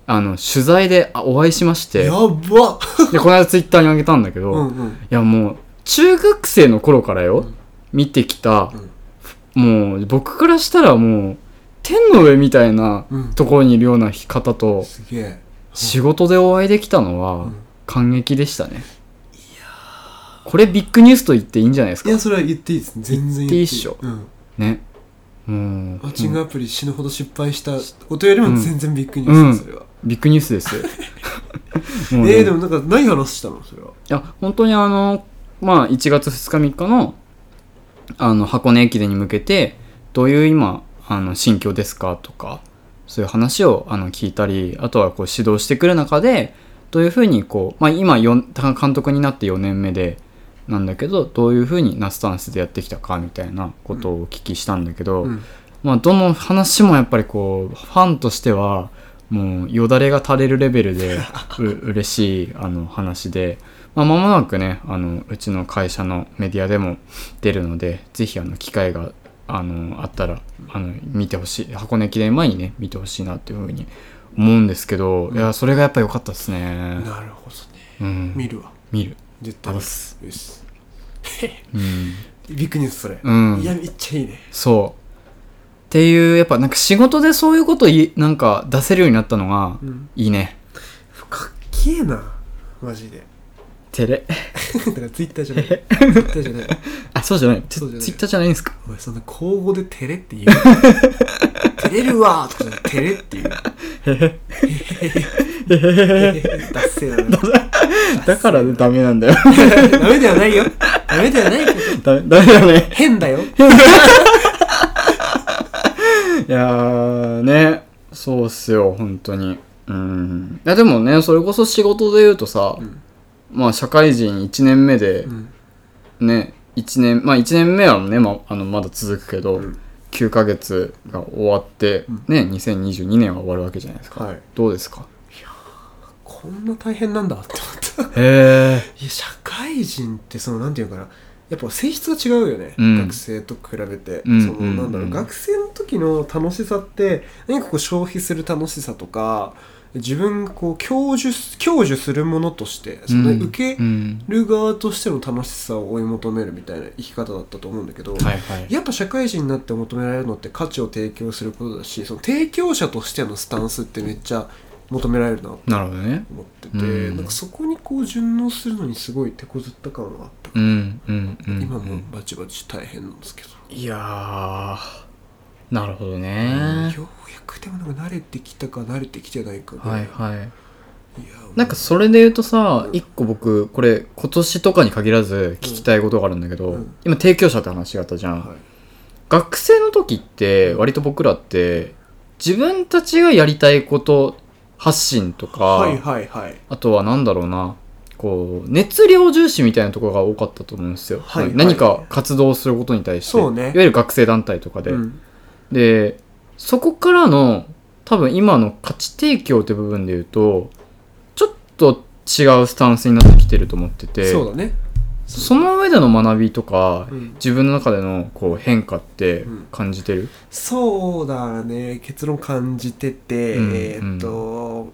A: あの取材であお会いしまして
B: やば
A: でこの間ツイッターにあげたんだけど、
B: うん
A: い
B: うん
A: やもう中学生の頃からよ、
B: うん
A: 見てきた、もう僕からしたらもう天の上みたいな
B: うん
A: ところにいるような方と
B: すげえ
A: 仕事でお会いできたのは
B: ん
A: 感激でしたね、これビッグニュースと言っていいんじゃないです
B: い
A: か
B: やそれは言っていいです全然
A: 言っていいっしょ
B: うん
A: ねもう
B: マッチン
A: う
B: グ
A: ん
B: アプリ死ぬほど失敗したことよりも全然ビッグニュ
A: う
B: ー
A: ん
B: スですそれは
A: ビッグニュース ですよもうね
B: えーでもなんか何話したのそれはい
A: や本当にあのまあ1月2日3日のあの箱根駅伝に向けてどういう今あの心境ですかとかそういう話をあの聞いたりあとはこう指導してくる中でどういうふうにこう、まあ、今よん監督になって4年目でなんだけどどういうふうになスタンスでやってきたかみたいなことをお聞きしたんだけど、
B: うん
A: まあ、どの話もやっぱりこうファンとしてはもうよだれが垂れるレベルで う嬉しいあの話で、まあ、間もなくねあのうちの会社のメディアでも出るのでぜひあの機会があのあったらあの見てほしい箱根駅伝前にね見てほしいなというふうに思うんですけど、いやそれがやっぱ良かったですね、
B: なるほどね
A: うん、
B: 見るわ
A: 見る
B: 絶対見
A: あ
B: る
A: す
B: よし
A: うん、
B: ビッグニュースそれ
A: うん
B: いやめっちゃいいね
A: そうっていうやっぱなんか仕事でそういうこといなんか出せるようになったのが
B: うん
A: いいね、
B: かっけえなマジで
A: 照れ
B: だからツイッターじゃないツイッターじゃない
A: あ、そうじゃない。ツ
B: そうじゃない
A: ツイッターじゃないんですか。
B: お前そんな口語で照れって言う の照れるわーとかじゃなくて照れって言う のへへへへへへへダッセーだな
A: だからダメなんだよ。
B: ダメではないよダメではないけど
A: ダメ、ダメ だね。
B: 変だよ
A: いやー、ね。そうっすよ、本当に。うん。いや、でもね、それこそ仕事で言うとさ、
B: ん
A: まあ、社会人1年目で
B: う、ん
A: ね、一年、まあ、1年目はね、まあ、あの、まだ続くけど、
B: うん
A: 9ヶ月が終わって、
B: ん
A: ね、2022年は終わるわけじゃないですか。
B: はい
A: どうですか
B: こんな大変なんだって思った
A: へえ。
B: いや社会人ってそのなんていうのかなやっぱ性質が違うよね、
A: うん
B: 学生と比べて、
A: うん
B: そのなんだろう、
A: うん
B: 学生の時の楽しさって何かこう消費する楽しさとか自分がこう享受す享受するものとしてその
A: うん
B: 受け
A: うん。
B: る側としての楽しさを追い求めるみたいな生き方だったと思うんだけど、
A: はいはい。
B: やっぱ社会人になって求められるのって価値を提供することだしその提供者としてのスタンスってめっちゃ求められるなと
A: なるほどね。
B: 思ってて、
A: うん
B: なんかそこにこう順応するのにすごい手こずった感があった
A: う
B: か
A: ん、うん、うん。
B: ら、今もバチバチ大変なんですけど、
A: いやーなるほど
B: よ
A: ね、
B: うやくでもなんか慣れてきたか慣れてきてないかぐら
A: はいいはい
B: いや
A: なんかそれで言うとさ一個僕これ今年とかに限らず聞きたいことがあるんだけど、
B: うん
A: 今提供者って話があったじゃん、
B: はい
A: 学生の時って割と僕らって自分たちがやりたいこと発信とか、
B: はいはいはい
A: あとは何だろうなこう熱量重視みたいなところが多かったと思うんですよ、
B: はいはい
A: 何か活動することに対して
B: そうね
A: いわゆる学生団体とかで、
B: うん
A: でそこからの多分今の価値提供って部分で言うとちょっと違うスタンスになってきてると思ってて
B: そうだね
A: その上での学びとか、
B: うん
A: 自分の中でのこう変化って感じてる、
B: そうだね結論感じてて、
A: うん
B: えーっと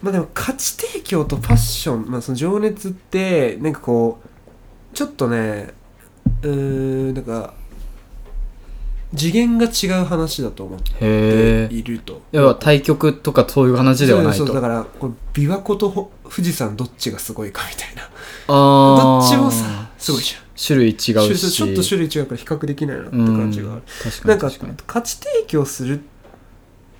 B: まあでも価値提供とパッション、まあ、その情熱ってなんかこうちょっとねうーんなんか次元が違う話だと思っ
A: へ
B: て
A: え
B: いると。
A: 要は対局とかそういう話ではない
B: そう
A: と
B: そうだからこう琵琶湖とほ富士山どっちがすごいかみたいな
A: あ
B: どっ
A: ー
B: ちもさすごいじゃん
A: 種類違うし
B: 種類ちょっと種類違うから比較できないなって
A: うん
B: 感じがある、
A: 確か
B: なん
A: に
B: か
A: 確かに
B: 価値提供する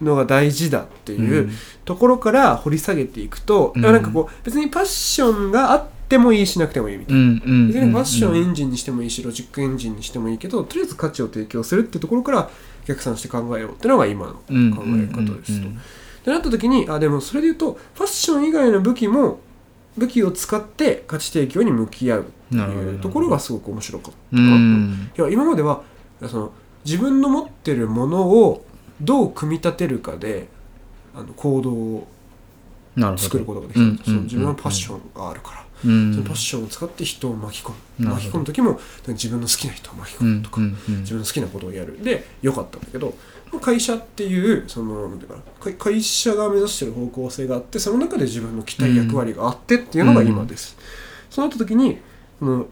B: のが大事だっていううんところから掘り下げていくと、
A: うん
B: なんかこう別にパッションがあってもいいしなくてもいいみたいな。
A: うんうんうん
B: 別にパッションエ
A: うん
B: ンジンにしてもいいしロジックエンジンにしてもいいけどとりあえず価値を提供するってところから逆算して考えようってのが今の考え
A: うん
B: 方ですと。
A: うんうんうん
B: ってなった時にあでもそれで言うとファッション以外の武器も武器を使って価値提供に向き合うって
A: なるほどなる
B: い
A: ほ
B: う
A: ど
B: ところがすごく面白かった
A: う
B: なと
A: ん
B: いや今まではその自分の持ってるものをどう組み立てるかであの行動を
A: なるほど
B: 作ることができたんです、
A: うん
B: その自分はパッシ
A: ン
B: ョンがあるから、
A: うん
B: そのパッションを使って人を巻き込む
A: なるほど
B: 巻き込む時も自分の好きな人を巻き込むとか、
A: うんうんうん
B: 自分の好きなことをやるで良かったんだけどまあ会社っていうそのなんていうかな会会社が目指してる方向性があってその中で自分の期待役割があってっていうのが今です、そうなった時にその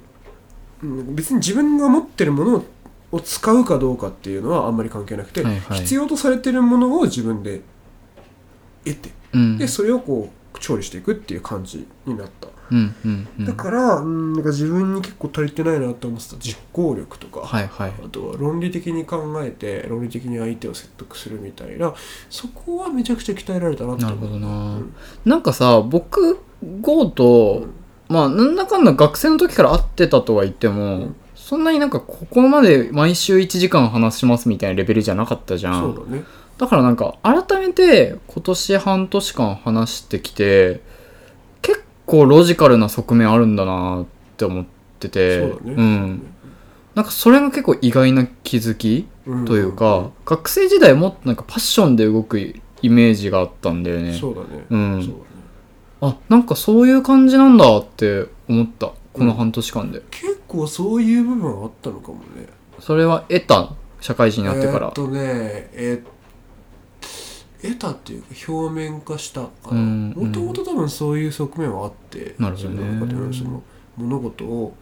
B: うん別に自分が持ってるものを使うかどうかっていうのはあんまり関係なくて、
A: はいはい
B: 必要とされてるものを自分で得て
A: うん
B: でそれをこう調理していくっていう感じになった
A: うんうんうん
B: だから、うん、なんか自分に結構足りてないなと思ってた実行力とか、
A: はいはい
B: あとは論理的に考えて論理的に相手を説得するみたいなそこはめちゃくちゃ鍛えられたなって
A: なる
B: 思
A: ほ
B: う
A: どな、
B: ん
A: なんかさ僕 GO と、まあなんだかんだ学生の時から会ってたとは言っても、
B: うん
A: そんなになんかここまで毎週1時間話しますみたいなレベルじゃなかったじゃん
B: そうだね
A: だからなんか改めて今年半年間話してきて結構ロジカルな側面あるんだなって思ってて
B: そうだね
A: ん、なんかそれが結構意外な気づき
B: うん
A: というか、学生時代もっとなんかパッションで動くイメージがあったんだよね
B: そうだね、
A: うん
B: そうだね
A: あなんかそういう感じなんだって思ったこの半年間で、
B: 結構そういう部分はあったのかもね
A: それは得た社会人になってか
B: えー
A: ら
B: っ、とねえー得たっていうか表面化したか
A: うん
B: もともと多分そういう側面はあって
A: なるほどね
B: 自分の中でのその物事を、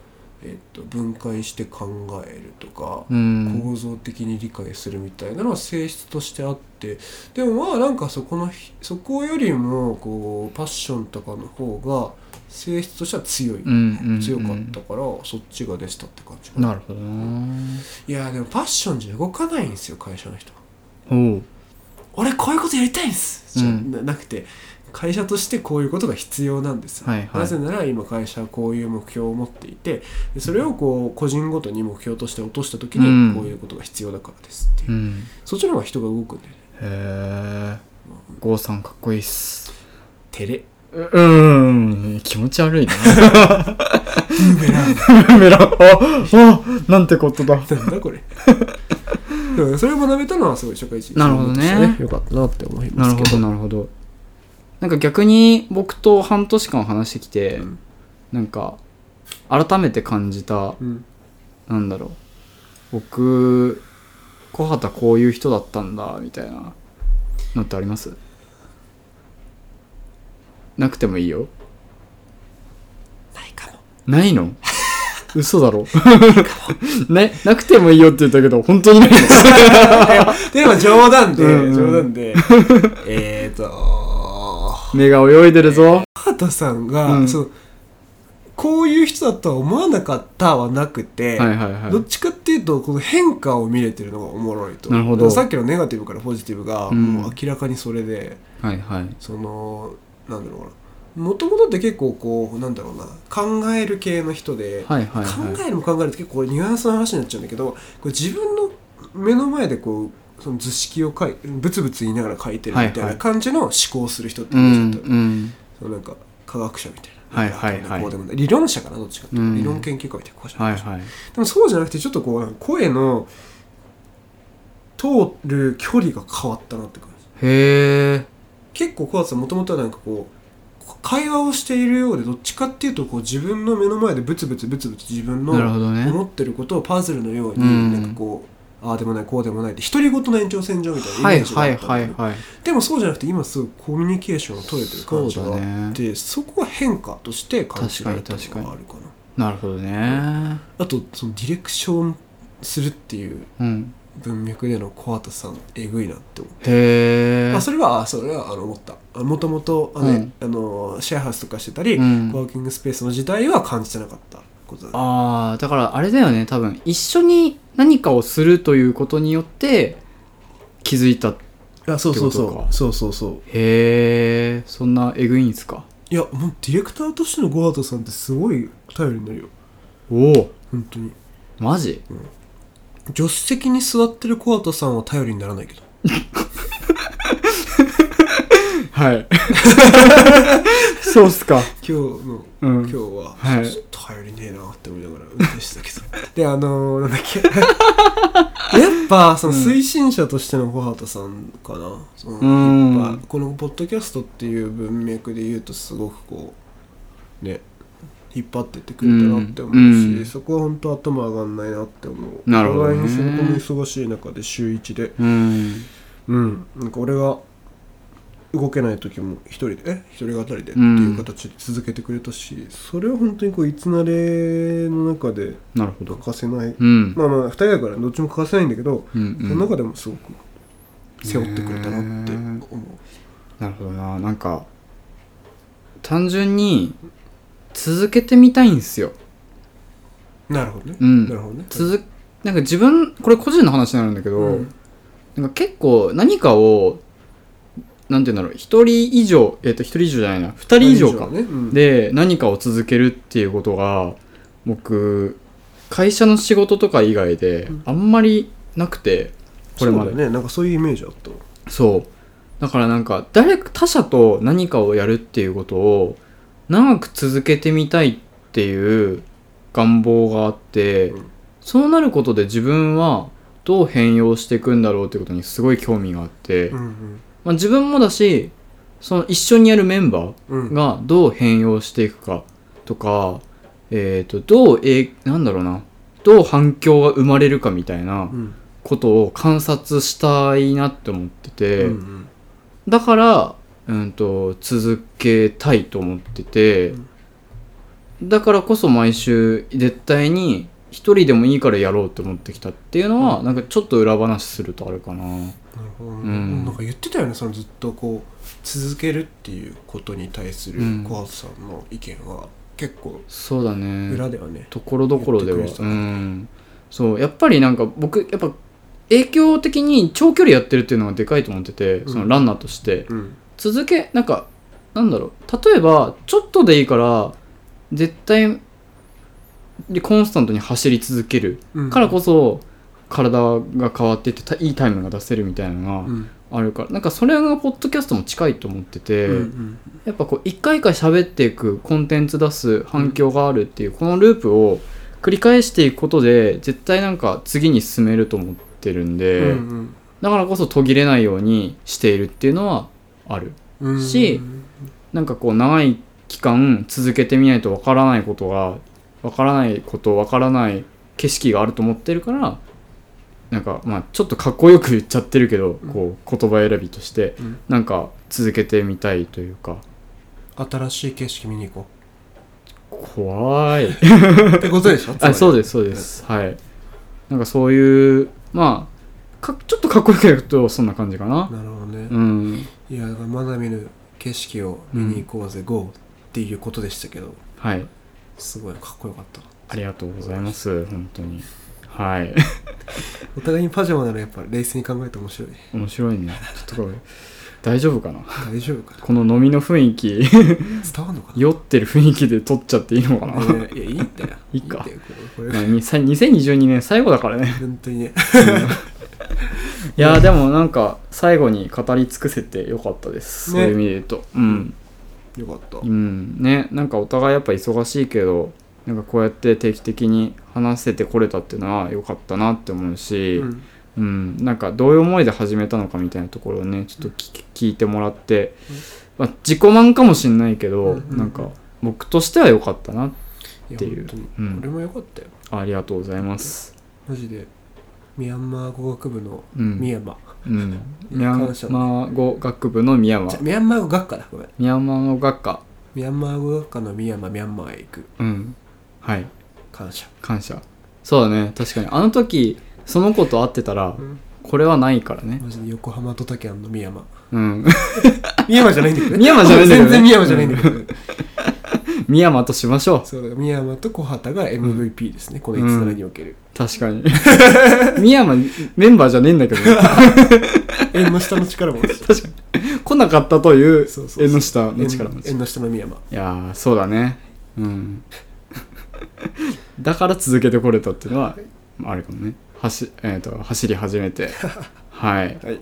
B: えーっと分解して考えるとか、
A: うん
B: 構造的に理解するみたいなのは性質としてあってでもまあなんかそこのひそこよりもこうパッションとかの方が性質としては強い、
A: うんうんうん
B: 強かったからそっちが出したって感じかな
A: なるほどない
B: やーでもパッションじゃ動かないんですよ会社の人は
A: おう
B: 俺こういうことやりたいんですじゃ、
A: うん
B: ななくて会社としてこういうことが必要なんですよ、
A: はいはい
B: なぜなら今会社はこういう目標を持っていてでそれをこう個人ごとに目標として落とした時
A: うん
B: にこういうことが必要だからですっていう、
A: うん
B: そっちの方が人が動くんだよね
A: へえ郷さんかっこいいっす
B: テレ
A: うーん気持ち悪いな
B: ブーメラン
A: メ ラああなんてことだ
B: なんだこ れだからそれを学べたのはすごい社会人
A: なるほどね
B: よかったなって思いま
A: な
B: す
A: る
B: け
A: ほ
B: ど
A: どなるほどなんか逆に僕と半年間話してきて、
B: うん
A: なんか改めて感じた
B: うん
A: なんだろう僕小畑こういう人だったんだみたいなのってありますなくてもいいよ
B: ないかも
A: ない の嘘だろね、なくてもいいよって言ったけど本当にないの
B: でも冗談で、
A: うんうん
B: 冗談でえっとハ
A: 目が泳いでるぞ
B: タさんが、
A: うん
B: そうこういう人だとは思わなかったはなくて、
A: はいはいはい
B: どっちかっていうとこの変化を見れてるのがおもろいと
A: なるほど
B: さっきのネガティブからポジティブが
A: うん
B: もう明らかにそれで、
A: はいはい
B: そのなんだろうなもともとって結構こうなんだろうな考える系の人で、
A: はいはいはい
B: 考えるも考えると結構これニュアンスの話になっちゃうんだけどこう自分の目の前でこうその図式を書いブツブツ言いながら書いてる
A: は
B: みたい
A: いは
B: ない感じの思考をする人って
A: う
B: い
A: ん
B: るじゃん多分
A: うん
B: そのなんか科学者みたいな。
A: はいはいはい
B: こうでもない理論者かなどっちかっていうと、
A: うん
B: 理論研究家みたいなこうじゃない
A: はいはい
B: でもそうじゃなくてちょっとこう声の通る距離が変わったなって感じ
A: へえ
B: 結構コアツはもともとはなんかこうこ会話をしているようでどっちかっていうとこう自分の目の前でブツブツブツブツ自分の
A: なるほどね
B: 思ってることをパズルのように
A: うん
B: なんかこう、ああでもないこうでもないって独り言の延長線上みたいな
A: は
B: イ
A: い
B: メージがあ
A: は
B: った
A: い
B: んだけど、
A: はいはい
B: でもそうじゃなくて今すごいコミュニケーションを取れてる感じが
A: そうだね
B: あってそ,、こは変化として感じられたの
A: 確かに
B: があるかな
A: なるほどね
B: あとそのディレクションするっていう
A: うん
B: 文脈でのコアタさんえぐいなって思う
A: へえ
B: まあ、それはあそれはあの思ったあもともとあの、
A: うん
B: あのシェアハウスとかしてたり、
A: うん
B: ワーキングスペースの時代は感じてなかったことだ
A: ああだからあれだよね多分一緒に何かをするということによって気づいた
B: あそう
A: そうそう
B: そうそうそう
A: へえそんなエグいんすか
B: いやもうディレクターとしてのゴアタさんってすごい頼りになるよ
A: おお
B: 本当に
A: マジ
B: 助手席に座ってるコアタさんは頼りにならないけど
A: はいそうっすか
B: 今日の、
A: うん
B: 今日は、
A: はい
B: ちょっと頼りねえなって思いながら運転してたけど であのー、なんだっけ やっぱその
A: うん
B: 推進者としての小畑さんかな、その
A: うん
B: やっぱこのポッドキャストっていう文脈で言うとすごくこうね引っ張ってってくれたなって思うし、
A: うんうん
B: そこは本当頭上がんないなって思う
A: なるほどね
B: お互いに仕事も忙しい中で週一で
A: うん
B: うん、なんか俺が動けない時も一人でえ一人語りでっていう形で続けてくれたし、それは本当にこういつなれの中で
A: なるほど
B: 欠かせない、
A: うん
B: まあまあ2人だからどっちも欠かせないんだけど、
A: うんうん
B: その中でもすごく背負ってくれたなって思う、
A: なるほどななんか単純に続けてみたいんすよ
B: なるほどね、
A: うん
B: なるほどね
A: 続なんか自分これ個人の話になるんだけど、
B: うん
A: なんか結構何かをなんて言うんだろう一人以上えっ、と一人以上じゃないな二人以上か、
B: ね、うん、
A: で何かを続けるっていうことが僕会社の仕事とか以外で
B: うん
A: あんまりなくてこれまで
B: そうだねなんかそういうイメージあった
A: そう。だからなんか、誰か、他者と何かをやるっていうことを、長く続けてみたいっていう願望があって、
B: うん
A: そうなることで自分はどう変容していくんだろうってことにすごい興味があって、
B: うん
A: まあ、自分もだし、その一緒にやるメンバ
B: うんう
A: ー
B: ん
A: がどう変容していくかとか、えっ、と、どう、えなんだろうな、どう反響が生まれるかみたいな
B: うん
A: ことを観察したいなって思ってて、
B: うんうん
A: だから、うん、と続けたいと思ってて、
B: うん
A: だからこそ毎週絶対に一人でもいいからやろうと思ってきたっていうのは、なんかちょっと裏話するとあるかな
B: なるほどね、
A: うん
B: なんか言ってたよねそのずっとこう続けるっていうことに対する
A: うん
B: 小畑さんの意見は結構
A: そうだね
B: 裏ではね、
A: ところどころでは
B: 言ってく
A: う
B: れてた
A: んそうやっぱりなんか僕やっぱ影響的に長距離やってるっていうのがでかいと思ってて、
B: ん
A: そのランナーとして
B: うん
A: 続けなんかなんだろう例えばちょっとでいいから絶対でコンスタントに走り続けるからこそ体が変わっていってたいいタイムが出せるみたいなの
B: うん
A: があるからなんかそれがポッドキャストも近いと思ってて、
B: うんうん
A: やっぱこう一回一回喋っていくコンテンツ出す反響があるっていうこのループを繰り返していくことで絶対なんか次に進めると思ってるん
B: うん
A: で、だからこそ途切れないようにしているっていうのはある。
B: うんうん
A: しなんかこう長い期間続けてみないとわからないことがわからないことわからない景色があると思ってるからなんかまあちょっとかっこよく言っちゃってるけど、こう言葉選びとして
B: うん
A: なんか続けてみたいというか
B: 新しい景色見に行こ
A: 怖い
B: うってことでしょ
A: あそう
B: で
A: ですそうですはいなんかそういうまあかちょっとかっこよく言うとそんな感じかな
B: なるほ
A: う
B: どね、
A: ん
B: いやだからまだ見ぬ景色を見に行こうぜ、ゴーっていうことでしたけど
A: はい
B: すごいかっこよかった
A: ありがとうございます本当にはい
B: お互いにパジャマならやっぱ冷静に考えて面白い
A: 面白いねちょっとこれ大丈夫かな
B: 大丈夫かな
A: この飲みの雰囲気
B: 伝わんのかな
A: 酔ってる雰囲気で撮っちゃっていいのかな、
B: ねいやいいんだよ
A: いいか
B: んだよこれこれ
A: まあにさ2022年最後だからね
B: 本当にね
A: いやーでもなんか最後に語り尽くせてよかったです、
B: ね
A: そういう意味で言うとうん、
B: よかった
A: うん、ねなんかお互いやっぱ忙しいけどなんかこうやって定期的に話せてこれたっていうのは良かったなって思うし、
B: うん
A: うん、なんかどういう思いで始めたのかみたいなところをねちょっと聞き聞いてもらって、まあ、自己満かもしんないけど、
B: うんうんうん
A: なんか僕としては良かったな、
B: いや
A: っていう
B: 本当に、
A: うん
B: 俺もよかったよ
A: ありがとうございます。
B: マジでミャンマー語学部の
A: うん、
B: ミヤマ、
A: うん、ミャ
B: 感謝
A: ンマー語学部のミヤマ
B: じゃミャンマー語学科だごめん
A: ミャンマー語学科
B: ミャンマー語学科のミヤマミャンマーへ行く
A: うんはい
B: 感謝
A: 感謝そうだね確かにあの時その子と会ってたら
B: ん
A: これはないからね
B: マジで横浜ドタキャンのミヤマ
A: うん
B: ミヤマじゃないんだけどね
A: ミヤマじゃないんだけどね
B: 全然ミヤマじゃないんだけど、ね、
A: ミヤマとしましょ
B: そうだからミヤマと小畑が MVP ですね、この5つらにおける、
A: う確かに ミヤマメンバーじゃねえんだけどね
B: 縁の下の力持ち
A: 確かに来なかったという
B: そうそうそう
A: 縁の下の力持ちい
B: 縁の下のミヤマ
A: やーそうだねうん だから続けてこれたっていうのはあるかもね走,、えー、と走り始 めてはい
B: はい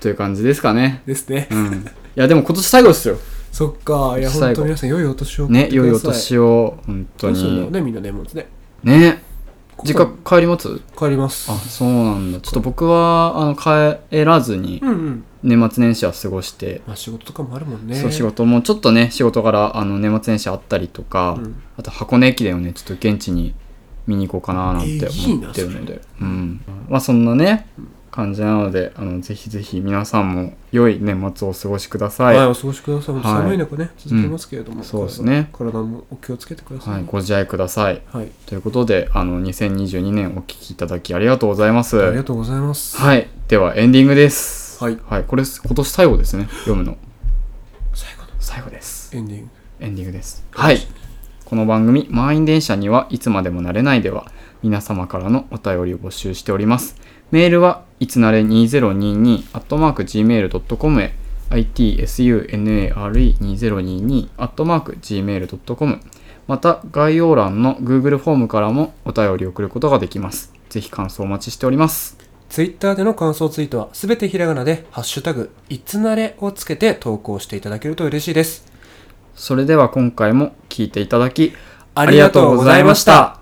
A: という感じですかね
B: ですね
A: うんいやでも今年最後ですよ
B: そっかいや
A: 最
B: 本
A: 後
B: 当皆さん良いお年を
A: ね良いお年を本当
B: を
A: に
B: ねみんな年末ね
A: ね実家帰ります
B: 帰ります
A: あそうなんだちょっと僕はあの帰らずに
B: うんうん
A: 年末年始は過ごして、
B: まあ仕事とかもあるもんね
A: そう仕事もちょっとね仕事からあの年末年始あったりとか、
B: うん
A: あと箱根駅伝をねちょっと現地に見に行こうかななんて
B: えーいい
A: 思
B: な
A: ってるので、うんまあそんなね感じなのであのぜひぜひ皆さんも良い年末をお過ごしくださ、
B: はいい、お過ごしください。
A: はい
B: 寒い中ね、続きますけれども、
A: んそうですね
B: 体体もお気をつけてくださ
A: はいい、
B: ね。
A: ご自愛ください
B: はい、
A: ということであの2022年お聞きいただきありがとうございます
B: ありがとうございます。
A: はいではエンディングです
B: はい
A: これ今年最後ですね読むの
B: 最後の
A: 最後です
B: エンディング。
A: エンディングです。はい。この番組、満員電車にはいつまでもなれないでは、皆様からのお便りを募集しております。メールはいつなれ2022、アットマーク gmail.com へ、itsunare2022、アットマーク gmail.com、また概要欄の Google フォームからもお便りを送ることができます。ぜひ感想お待ちしております。
B: ツイッターでの感想ツイートはすべてひらがなで、ハッシュタグ、いつなれをつけて投稿していただけると嬉しいです。
A: それでは今回も聞いていただき、
B: ありがとうございました。